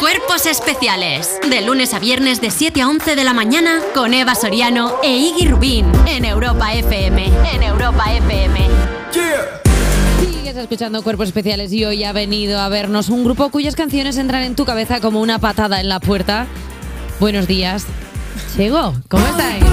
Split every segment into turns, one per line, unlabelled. Cuerpos especiales. De lunes a viernes de 7 a 11 de la mañana con Eva Soriano e Iggy Rubín en Europa FM. En Europa FM.
Sigues escuchando Cuerpos Especiales y hoy ha venido a vernos un grupo cuyas canciones entran en tu cabeza como una patada en la puerta. Buenos días. Chego, ¿cómo estáis?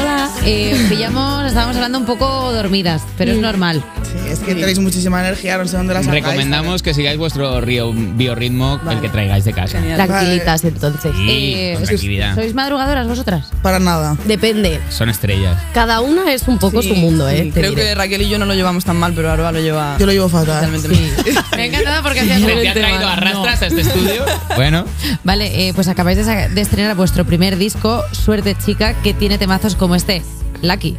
Hola. Eh, pillamos, estábamos hablando un poco dormidas, pero es normal.
Sí, es que tenéis muchísima energía, no sé dónde la sacáis.
Recomendamos que sigáis vuestro río- biorritmo, el que traigáis de casa.
Tranquilitas entonces.
Sí,
Eh,
con tranquilidad.
¿Sois madrugadoras vosotras?
Para nada.
Depende.
Son estrellas.
Cada una es un poco su mundo, ¿eh? Te
Creo
diré.
que Raquel y yo no lo llevamos tan mal, pero Arba lo lleva
Yo lo llevo fatal.
totalmente mal.
Me ha encantado porque
¿Te ha traído a rastras a este estudio? Bueno,
Vale, eh, pues acabáis de, sa- de estrenar vuestro primer disco, Suerte Chica, que tiene temazos como este, Lucky.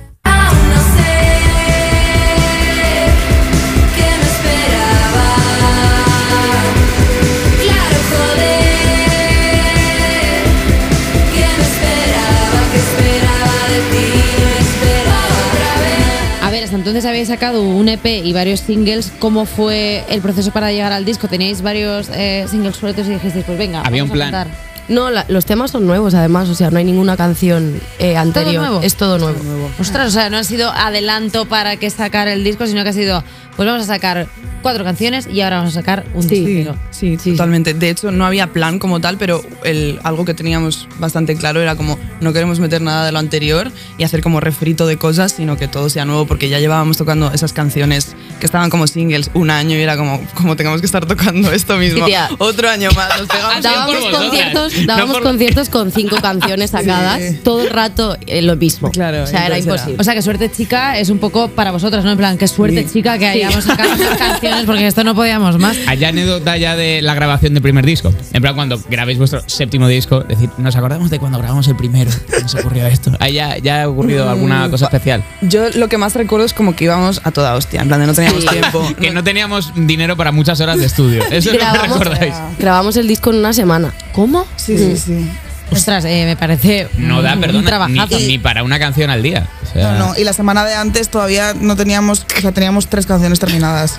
A ver, hasta entonces habéis sacado un EP y varios singles. ¿Cómo fue el proceso para llegar al disco? ¿Teníais varios eh, singles sueltos y dijisteis, pues venga,
Había
vamos
un
a
plan.
cantar?
No, la- los temas son nuevos además, o sea, no hay ninguna canción eh, anterior.
nuevo?
Es todo nuevo.
Ostras, o sea, no ha sido adelanto para que sacar el disco, sino que ha sido, pues vamos a sacar cuatro canciones y ahora vamos a sacar un
Sí.
disco.
Sí, totalmente. De hecho, no había plan como tal, pero el, algo que teníamos bastante claro era como no queremos meter nada de lo anterior y hacer como refrito de cosas, sino que todo sea nuevo, porque ya llevábamos tocando esas canciones que estaban como singles un año y era como, como tengamos que estar tocando esto mismo.
tía.
Otro año más, nos pegamos.
sido Ah, por
Dábamos
vosotras.
conciertos,
No
dábamos
por-
conciertos con cinco canciones sacadas, todo el rato eh, lo mismo.
Claro,
o sea, era
entonces era-
imposible.
O sea, que suerte chica es un poco para vosotras, ¿no? En plan, que suerte chica que hayamos sacado esas canciones porque esto no podíamos más.
allá anécdota ya de la grabación del primer disco. En plan, cuando grabéis vuestro séptimo disco, decir, nos acordamos de cuando grabamos el primero. Nos ocurrió esto. Ahí ya, ya ha ocurrido alguna cosa especial.
Yo lo que más recuerdo es como que íbamos a toda hostia, en plan de no teníamos tiempo.
Que no teníamos dinero para muchas horas de estudio. Eso es lo que
Grabamos-
recordáis.
Grabamos el disco en una semana. ¿Cómo?
Sí, sí, sí.
Ostras, eh, me parece
No da,
un
perdona, ni,
trabajazo.
ni para una canción al día. O sea,
No, no, y la semana de antes todavía no teníamos, o sea, teníamos tres canciones terminadas.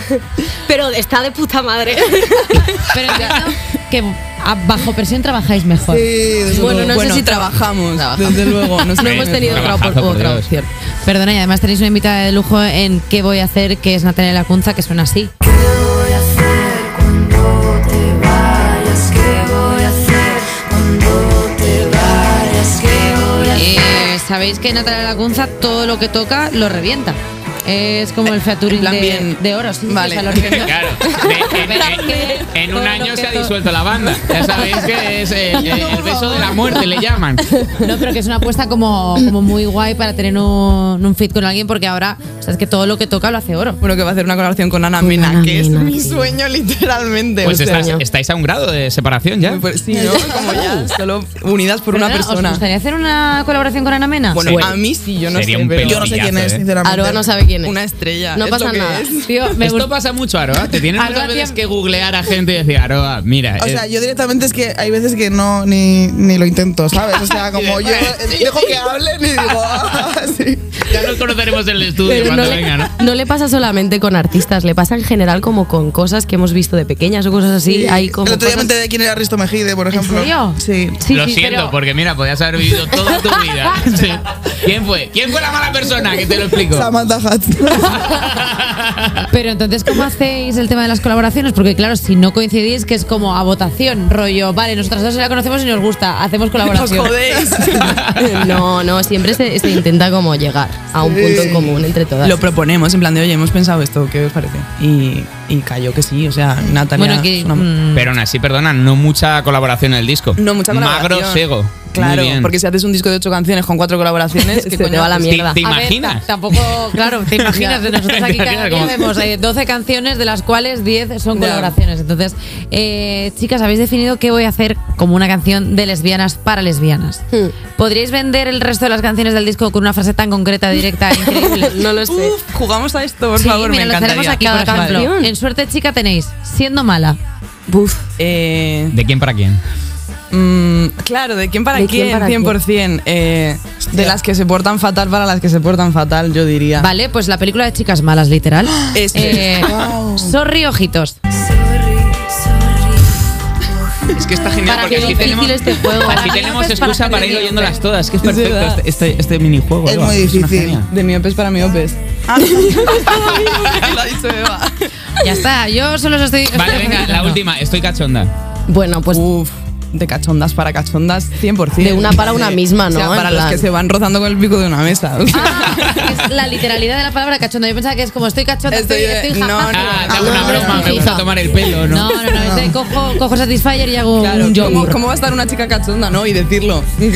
Pero está de puta madre.
Pero entiendo que a- bajo presión trabajáis mejor.
Bueno, no sé si
tra-
trabajamos, desde luego. No, sé.
No hemos tenido otra,
Eh, Trabajazo,
opor-
por
otra
Dios.
opción.
Perdona, y además tenéis una invitada de lujo en ¿Qué voy a hacer? que es Natalia Lacunza, que suena así. Eh, Sabéis que Natalia Lacunza todo lo que toca lo revienta. Es como el featuring
plan
de,
bien.
de oro. sí, sí,
Vale.
o sea, lo revienta.
Claro, en, en- en un año se ha disuelto la banda. Ya sabéis que es eh, el, beso de la muerte, le llaman.
No, pero que es una apuesta como, como muy guay para tener un, un fit con alguien porque ahora sabes que todo lo que toca lo hace oro.
Bueno, que va a hacer una colaboración con Ana Mena,
Ana
que es
Mena,
mi
sí.
sueño literalmente.
Pues
o sea,
estás- estáis a un grado de separación ya.
Pues sí, ¿no? Como ya, solo unidas por una
Perdona, ¿Os
persona.
gustaría hacer una colaboración con Ana Mena?
Bueno,
Bueno,
a mí sí, yo no
sería
sé,
un
pero
Yo no sé quién es,
Pillazo, ¿eh?
sinceramente.
Aroa no sabe quién es.
una estrella.
No
¿es
pasa
lo que
nada.
es?
Tío, me
Esto
gusta-
pasa mucho, Aroa. Te tienes
Aroa
muchas veces
tiene-
que googlear a gente y decir, Aroa, mira.
O sea,
eh,
yo directamente es que hay veces que no ni, ni lo intento, ¿sabes? O sea, como yo eh, dejo que hablen y digo, ah, sí.
ya nos conoceremos en el estudio
Pero
cuando
no,
venga, ¿no?
le, no le pasa solamente con artistas, le pasa en general como con cosas que hemos visto de pequeñas o cosas así. Hay como
El otro día me
cosas-
enteré de quién era Risto Mejide, por ejemplo.
serio?
Sí.
Sí,
Lo
sí,
siento,
pero-
porque mira, podías haber vivido toda tu vida. Sí. ¿Quién fue? ¿Quién fue la mala persona? Que te lo explico.
Samantha Hudson.
Pero entonces, ¿cómo hacéis el tema de las colaboraciones? Porque claro, si no coincidís, que es como a votación, rollo, vale, nosotras dos la conocemos y nos gusta, hacemos
Os
colaboración.
jodéis.
No, no, siempre se, se intenta como llegar a un punto en común entre todas.
Lo proponemos, en plan de, oye, hemos pensado esto, ¿qué os parece? Y, y cayó que sí, o sea, Natalia...
Bueno, que
es una-
mm,
Pero aún así, perdona, no mucha colaboración en el disco.
No, mucha colaboración.
Magro sego.
Claro,
Muy bien.
porque si haces un disco de ocho canciones con cuatro colaboraciones, ¿qué
Se
coño
te va la
haces?
¿Te-
mierda.
¿Te
a ver,
imaginas?
ta- tampoco, claro, te imaginas de nosotros aquí
Te
cada
imaginas
día
cómo-
vemos eh, 12 canciones de las cuales 10 son
Ya.
colaboraciones. Entonces, eh, chicas, habéis definido qué voy a hacer como una canción de lesbianas para lesbianas.
Hmm.
¿Podríais vender el resto de las canciones del disco con una frase tan concreta, directa, e increíble?
no lo sé.
Uf, jugamos a esto, por
sí,
favor,
mira,
me
lo tenemos
encantaría.
aquí, por
Cada
ejemplo.
canción.
En Suerte Chica tenéis Siendo Mala.
Buf.
Eh,
¿De quién para quién?
Mm, claro, ¿de quién para
¿De quién
quién?
para
100%. eh, de las que se portan fatal para las que se portan fatal, yo diría.
Ah.
Vale,
Este.
pues la película de Chicas Malas, literal.
Es-
Eh, Sorry, ojitos.
Sorry,
que está genial
Para
porque
mí
así
es difícil
tenemos,
este juego.
así
Para
tenemos
mí es para
excusa para ir
gente
oyéndolas todas, que es
Es
perfecto
verdad.
este, este, este minijuego.
Es
Eva,
muy
una
difícil.
genia.
De miopes para miopes. Ah, Lo ha dicho Eva.
Ya está, yo solo os estoy.
Vale, venga, la última, estoy cachonda.
Bueno, pues
Uf, de cachondas para cachondas, 100%.
De una para una misma, ¿no?
O sea,
En
para los
plan.
que se van rozando con el pico de una mesa.
Ah, es la literalidad de la palabra cachonda. Yo pensaba que es como estoy cachonda, estoy,
Estoy de-
estoy
no,
jajando.
Ah, te hago una
Ah,
broma, me gusta
precisa.
tomar el pelo, ¿no?
No, no, no, es de cojo, cojo Satisfyer y hago
Claro,
un
¿cómo,
yogur.
cómo va a estar una chica cachonda, no? Y decirlo. Que-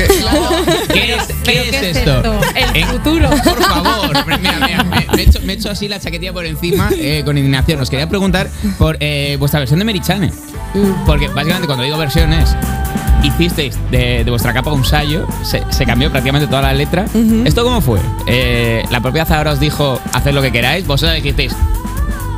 ¿Qué es, qué
pero
es
¿qué es
esto?
esto? El
Eh,
futuro.
Por favor, mira, mira, me, me echo, me echo así la chaquetilla por encima eh, con indignación. Os quería preguntar por eh, vuestra versión de Merichane. Porque básicamente cuando digo versiones, hicisteis de, de vuestra capa un sayo, se, se cambió prácticamente toda la letra. ¿Esto cómo fue? Eh, la propia Zahara os dijo, haced lo que queráis, vosotros dijisteis,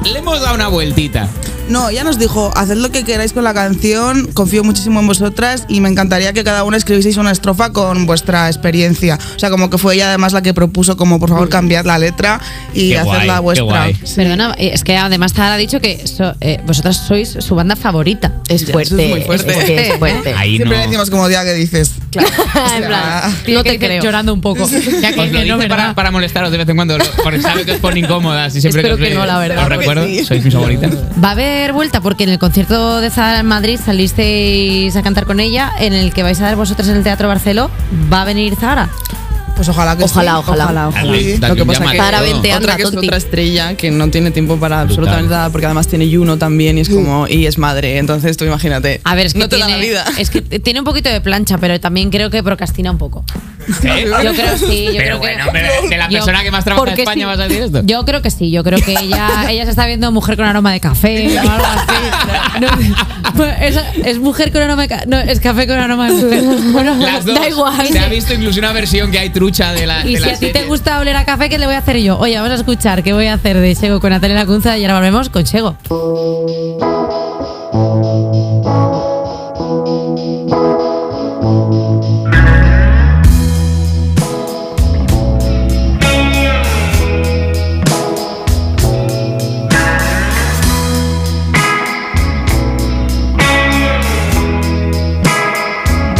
le hemos dado una vueltita.
No, ya nos dijo, haced lo que queráis con la canción, confío muchísimo en vosotras y me encantaría que cada una escribieseis una estrofa con vuestra experiencia. O sea, como que fue ella además la que propuso como por favor cambiar la letra y
Qué guay,
hacerla
qué
vuestra.
guay.
Perdona, eh, es que además Zara ha dicho que so- eh, vosotras sois su banda favorita.
es
Ya,
fuerte.
eso es muy fuerte.
es que es
Eh,
fuerte.
Ahí
Siempre
no.
le decimos como día que dices.
en
Ah.
plan, no te creo.
Llorando un poco. Ya que,
Os lo
que no,
dice para,
¿verdad?
para molestaros de vez en cuando, lo- porque sabe que os pone incómodas y siempre
Espero
os
que
veo-
no, la verdad.
Os
Claro que
recuerdo,
sí.
sois mis favoritas.
Va a haber vuelta porque en el concierto de Zara en Madrid salisteis a cantar con ella, en el que vais a dar vosotros en el Teatro Barceló, va a venir Zara.
Pues ojalá que
Ojalá,
sí,
ojalá.
Sí.
Dale,
Lo que
un
pasa
llamado.
que
Para vente- Anda,
otra que es
tonti.
otra estrella que no tiene tiempo para absolutamente nada porque además tiene Juno también y es como y es madre, entonces tú imagínate.
A ver, es que,
no te
tiene,
da la vida.
es que t- tiene un poquito de plancha, pero también creo que procrastina un poco.
¿Eh?
Yo creo sí, yo
Pero
creo que.
bueno, hombre, de la
Yo-
persona que más trabaja en
porque
España
sí.
vas a decir esto.
Yo creo que sí, yo creo que ella, ella se está viendo mujer con aroma de café o algo así. No, bueno, es, es mujer con aroma de café. No, es café con aroma de mujer. Bueno,
Las dos.
da igual.
Se ha visto incluso una versión que hay trucha de la.
Y
de
si
la
a ti te
serie.
gusta oler a café, ¿qué le voy a hacer yo? Oye, vamos a escuchar qué voy a hacer de Chego con Natalia Lacunza y ahora volvemos con Chego.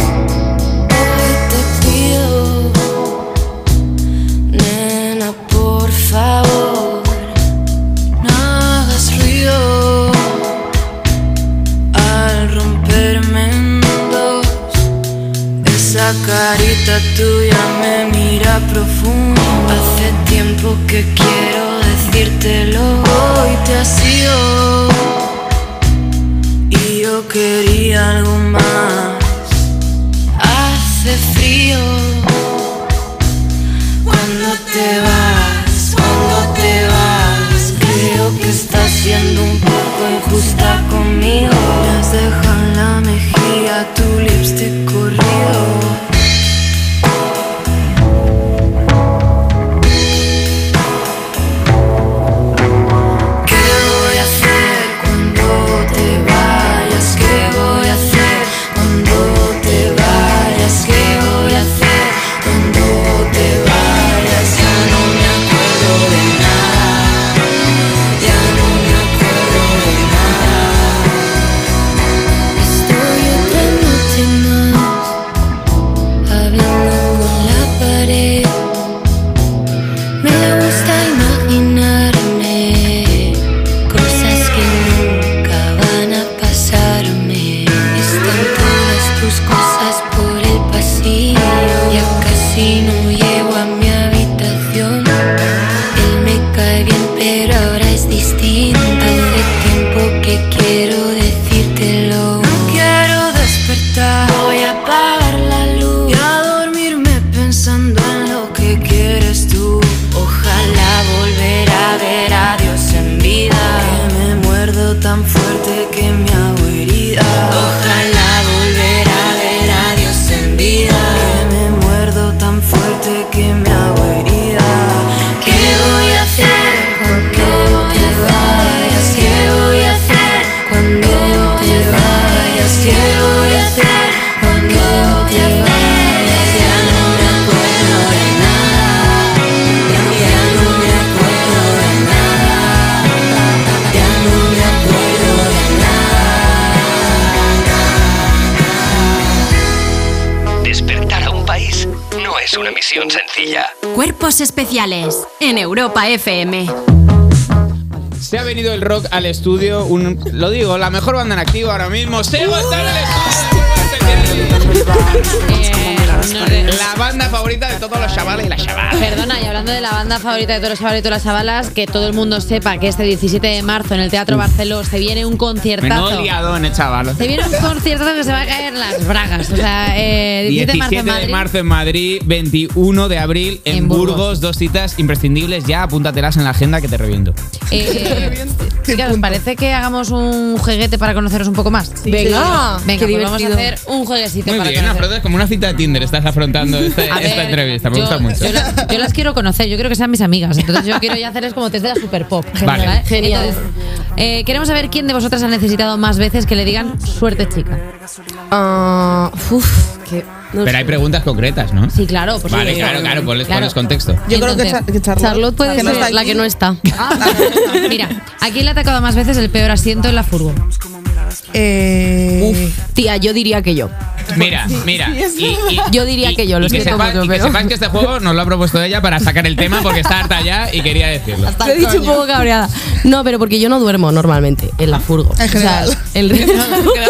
Hoy te pido, nena, por favor, no hagas ruido al romperme en dos. Esa carita tuya me mira profundo. Hace tiempo que quiero decírtelo. Hoy te has ido y yo quería algo más. Hace frío cuando te vas, cuando te vas. Creo que estás siendo un poco injusta conmigo. Me has dejado en la mejilla tu lipstick corrido. ¿Qué voy a hacer cuando te vayas? ¿Qué voy a hacer cuando te vayas? ¿Qué voy a hacer cuando te vayas? Ya no me acuerdo de nada. Ya no me acuerdo de nada. Estoy otra noche más hablando con la pared. Me gusta imaginarme cosas que nunca van a pasarme. Están todas tus cosas por el pasillo. Ya casi no llego a mi habitación. Él me cae bien, pero ahora es distinto. Hace tiempo que quiero decírtelo. No quiero despertar. Voy a apagar la luz y a dormirme pensando en lo que quieres tú. Ojalá volver a ver a Dios en vida. Que me muerdo tan fuerte que me hago herida. Ojalá volver a ver a Dios en vida. Que me muerdo tan fuerte que me hago herida. ¿Qué voy a hacer cuando te vayas? ¿Qué voy a hacer cuando te vayas? ¿Qué voy a hacer cuando te vayas? Ya no me acuerdo de nada. Ya no me acuerdo de nada. Ya no me acuerdo de nada.
es una misión sencilla.
Cuerpos especiales en Europa FM.
Se ha venido el rock al estudio, un- lo digo, la mejor banda en activo ahora mismo. Sebo está en el estudio.
Eh,
La banda favorita de todos los chavales y las chavalas.
Perdona, y hablando de la banda favorita de todos los chavales y todas las chavalas, que todo el mundo sepa que este 17 de marzo en el Teatro Barceló se viene un
Menudo
conciertazo.
liado en el chaval.
Se viene un conciertazo que se va a caer las bragas. O sea, eh, 17 de marzo en
17 de
Madrid.
marzo en Madrid, 21 de abril en,
En
Burgos.
Burgos.
dos citas imprescindibles ya, apúntatelas en la agenda que te reviento.
Eh, chicas, ¿os parece que hagamos un jueguete para conoceros un poco más?
Venga,
Venga,
qué
pues vamos a
divertido.
hacer un jueguecito
Muy
para
bien,
conocer-
afrontas como una cita de Tinder, estás afrontando este-
A
esta
ver,
entrevista, me
yo-
gusta mucho.
Yo las, yo las quiero conocer, yo quiero que sean mis amigas. Entonces yo quiero ya hacerles como test de la super pop.
Vale.
¿vale?
Genial.
Entonces, eh, queremos saber quién de vosotras ha necesitado más veces que le digan suerte chica.
Ah, uf, que. no
Pero
sé.
hay preguntas concretas, ¿no?
Sí, claro. por
Vale,
supuesto.
claro, pues claro, ponles,
Claro.
ponles contexto.
Yo creo que,
Entonces, ah,
Char- que Charlotte,
Charlotte puede
que no
ser
está
la
aquí.
que no está. Ah,
Mira, ¿a quién le ha atacado más veces el peor asiento en la furgo?
Eh,
Tía, yo diría que yo.
Mira, mira. y- y-
Yo diría
y-
que yo, lo
y
siento
sepan-
mucho,
y
pero-
que sepan que este juego nos lo ha propuesto ella para sacar el tema porque está harta ya y quería decirlo.
Lo he dicho un poco cabreada. No, pero porque yo no duermo normalmente en la furgo.
En general.
O sea, el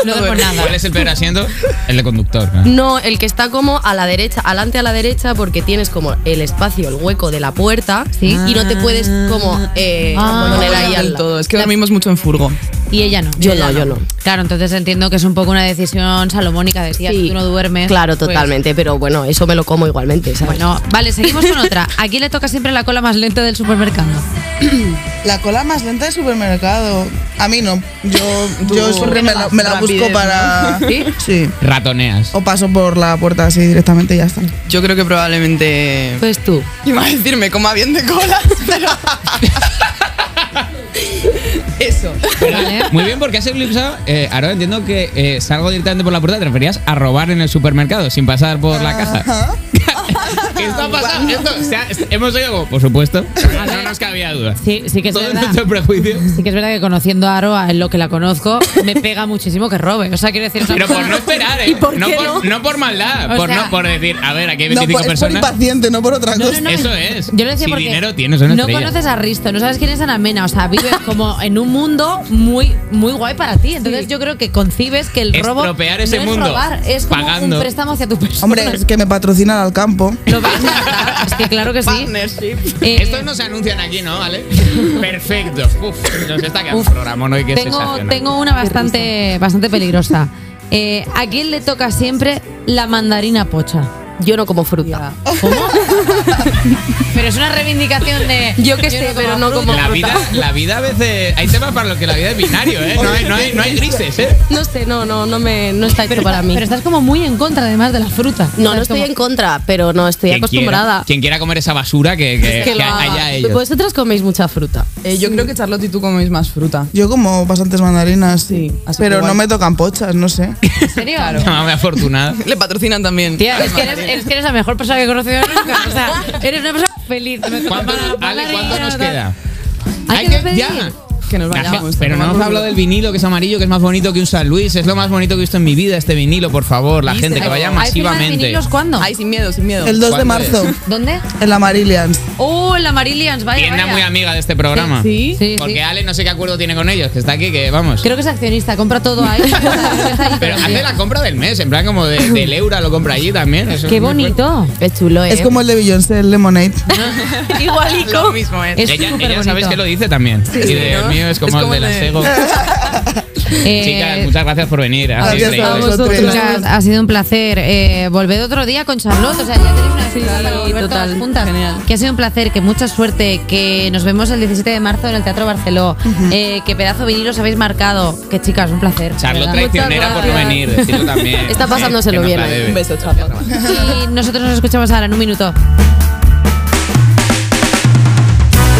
No duermo nada.
¿Cuál es el peor asiento? El de conductor. ¿no?
No, el que está como a la derecha, adelante a la derecha, porque tienes como el espacio, el hueco de la puerta
Sí.
y no te puedes como eh,
Ah.
poner ahí al
del
lado.
todo. Es que dormimos mucho en furgo.
Y ella no.
Yo
Ella
no, yo no.
Claro, entonces entiendo que es un poco una decisión salomónica de si
Sí.
tú no duermes.
Claro,
pues-
totalmente, pero bueno, eso me lo como igualmente, ¿sabes?
Bueno, vale, seguimos con otra. Aquí le toca siempre la cola más lenta del supermercado.
la cola más lenta del supermercado. A mí no. Yo, yo
Tú-
siempre me la, me la
Rapidez,
busco
¿no?
para.
¿Sí?
Sí.
Ratoneas.
O paso por la puerta así directamente y ya está.
Yo creo que probablemente.
Pues tú.
Iba a decirme, coma bien de cola. pero- Eso.
¿vale?
Muy bien, porque has eclipsado. Eh, ahora entiendo que eh, salgo directamente por la puerta. Te referías a robar en el supermercado sin pasar por la caja. ¿Qué está pasando? Esto, o sea, hemos oído como, por supuesto. No nos cabía duda.
Sí, sí que es
Todo
verdad.
nuestro prejuicio.
Sí que es verdad que conociendo a Aro, en lo que la conozco, me pega muchísimo que robe. O sea, quiero decir... o sea,
Pero por no esperar, ¿eh?
¿Y por
no,
qué
por,
no?
no por maldad,
O
por,
sea-
no, por decir, a ver, aquí hay
No,
25
por- es por
personas.
impaciente, no por otra cosa.
no, no,
Eso es.
Yo lo decía
si
porque
dinero tienes, una
no
estrella.
conoces a Risto, no sabes quién es Ana Mena, o sea, vives como en un mundo muy muy guay para ti. Entonces yo creo que concibes que el robo
Estropear ese
no
mundo,
es robar, es como
pagando.
un préstamo hacia tu persona.
Hombre, es que me patrocina al campo.
Lo ves, ya está. es que claro que sí.
Partnership.
Eh,
Estos no se anuncian aquí, ¿no? ¿Vale? Perfecto. Uf, nos está quedando
Uf.
un programa, ¿no? Y que
tengo,
sensacional.
tengo una bastante, bastante peligrosa. Eh, ¿A quién le toca siempre la mandarina pocha?
Yo no como fruta.
¿Cómo? Pero es una reivindicación de.
Yo qué sé, pero no como
La vida,
fruta.
la vida a veces. Hay temas para los que la vida es binario, ¿eh? No hay, no hay, no hay grises, ¿eh?
No sé, no, no, no me Eh, no está hecho para mí.
Pero estás como muy en contra, además, de la fruta.
No, no estoy en contra, pero no estoy
Quien
acostumbrada.
Quiera, quien quiera comer esa basura, que, que,
Que
que
lo haga.
pues,
haya ellos.
Vosotras coméis mucha fruta.
Eh, yo creo que Charlotte y tú coméis más fruta.
Yo como bastantes mandarinas,
Sí, así que
pero
igual.
no me tocan pochas, no sé.
¿En serio?
Mamá me afortunada.
Le patrocinan también.
Tía, es que, eres, es que eres la mejor persona que he conocido nunca. O sea, eres una persona feliz. Me toca
¿Cuánto,
la
Ale, ¿cuánto
mandarina,
nos
tal.
queda?
Hay que despedir.
ya.
Que nos
Ajá,
vayamos.
Pero no
Tomando
hemos hablado del vinilo que es amarillo, que es más bonito que un San Luis. Es lo más bonito que he visto en mi vida, este vinilo, por favor. La gente que vaya
¿Hay firma de
masivamente.
vinilos cuándo?
Ay, sin miedo, sin miedo.
El 2 de
¿Cuándo es?
marzo,
¿Dónde?
en la Marillians.
Oh, la Marilians, vaya.
Tienda
vaya.
muy amiga de este programa.
Sí, sí.
Porque Ale no sé qué acuerdo tiene con ellos, que está aquí, que vamos.
Creo que es accionista, compra todo ahí.
Pero hace la compra del mes, en plan como de, del euro lo compra allí también. eso
Qué
es muy
bonito.
Es chulo, ¿eh?
Es como el de Beyoncé, el Lemonade.
Lo mismo, eh.
Es
fuerte. Ella,
súper
ella sabéis
bonito.
que lo dice también. y de
¿no?
mío es como,
Es como
el de la
de-
Sego.
Eh,
Chicas, muchas gracias por venir. ¿eh? Ha sido
Gracias
increíble.
a
vamos,
vosotros.
chicas, ha sido un placer. Eh, volved otro día con Charlotte. O sea, ya tenéis una excusa para volver
total.
todas juntas. Que ha sido un placer, que mucha suerte, que nos vemos el 17 de marzo en el Teatro Barceló. Eh, que pedazo vinilo os habéis marcado. Que chicas, un placer.
Charlotte
¿verdad?
traicionera por no
gracias.
venir, decirlo también.
Está
que
pasándoselo
nos
bien
la
ahí.
debe.
Un beso, Charlotte.
Y nosotros nos escuchamos ahora en un minuto.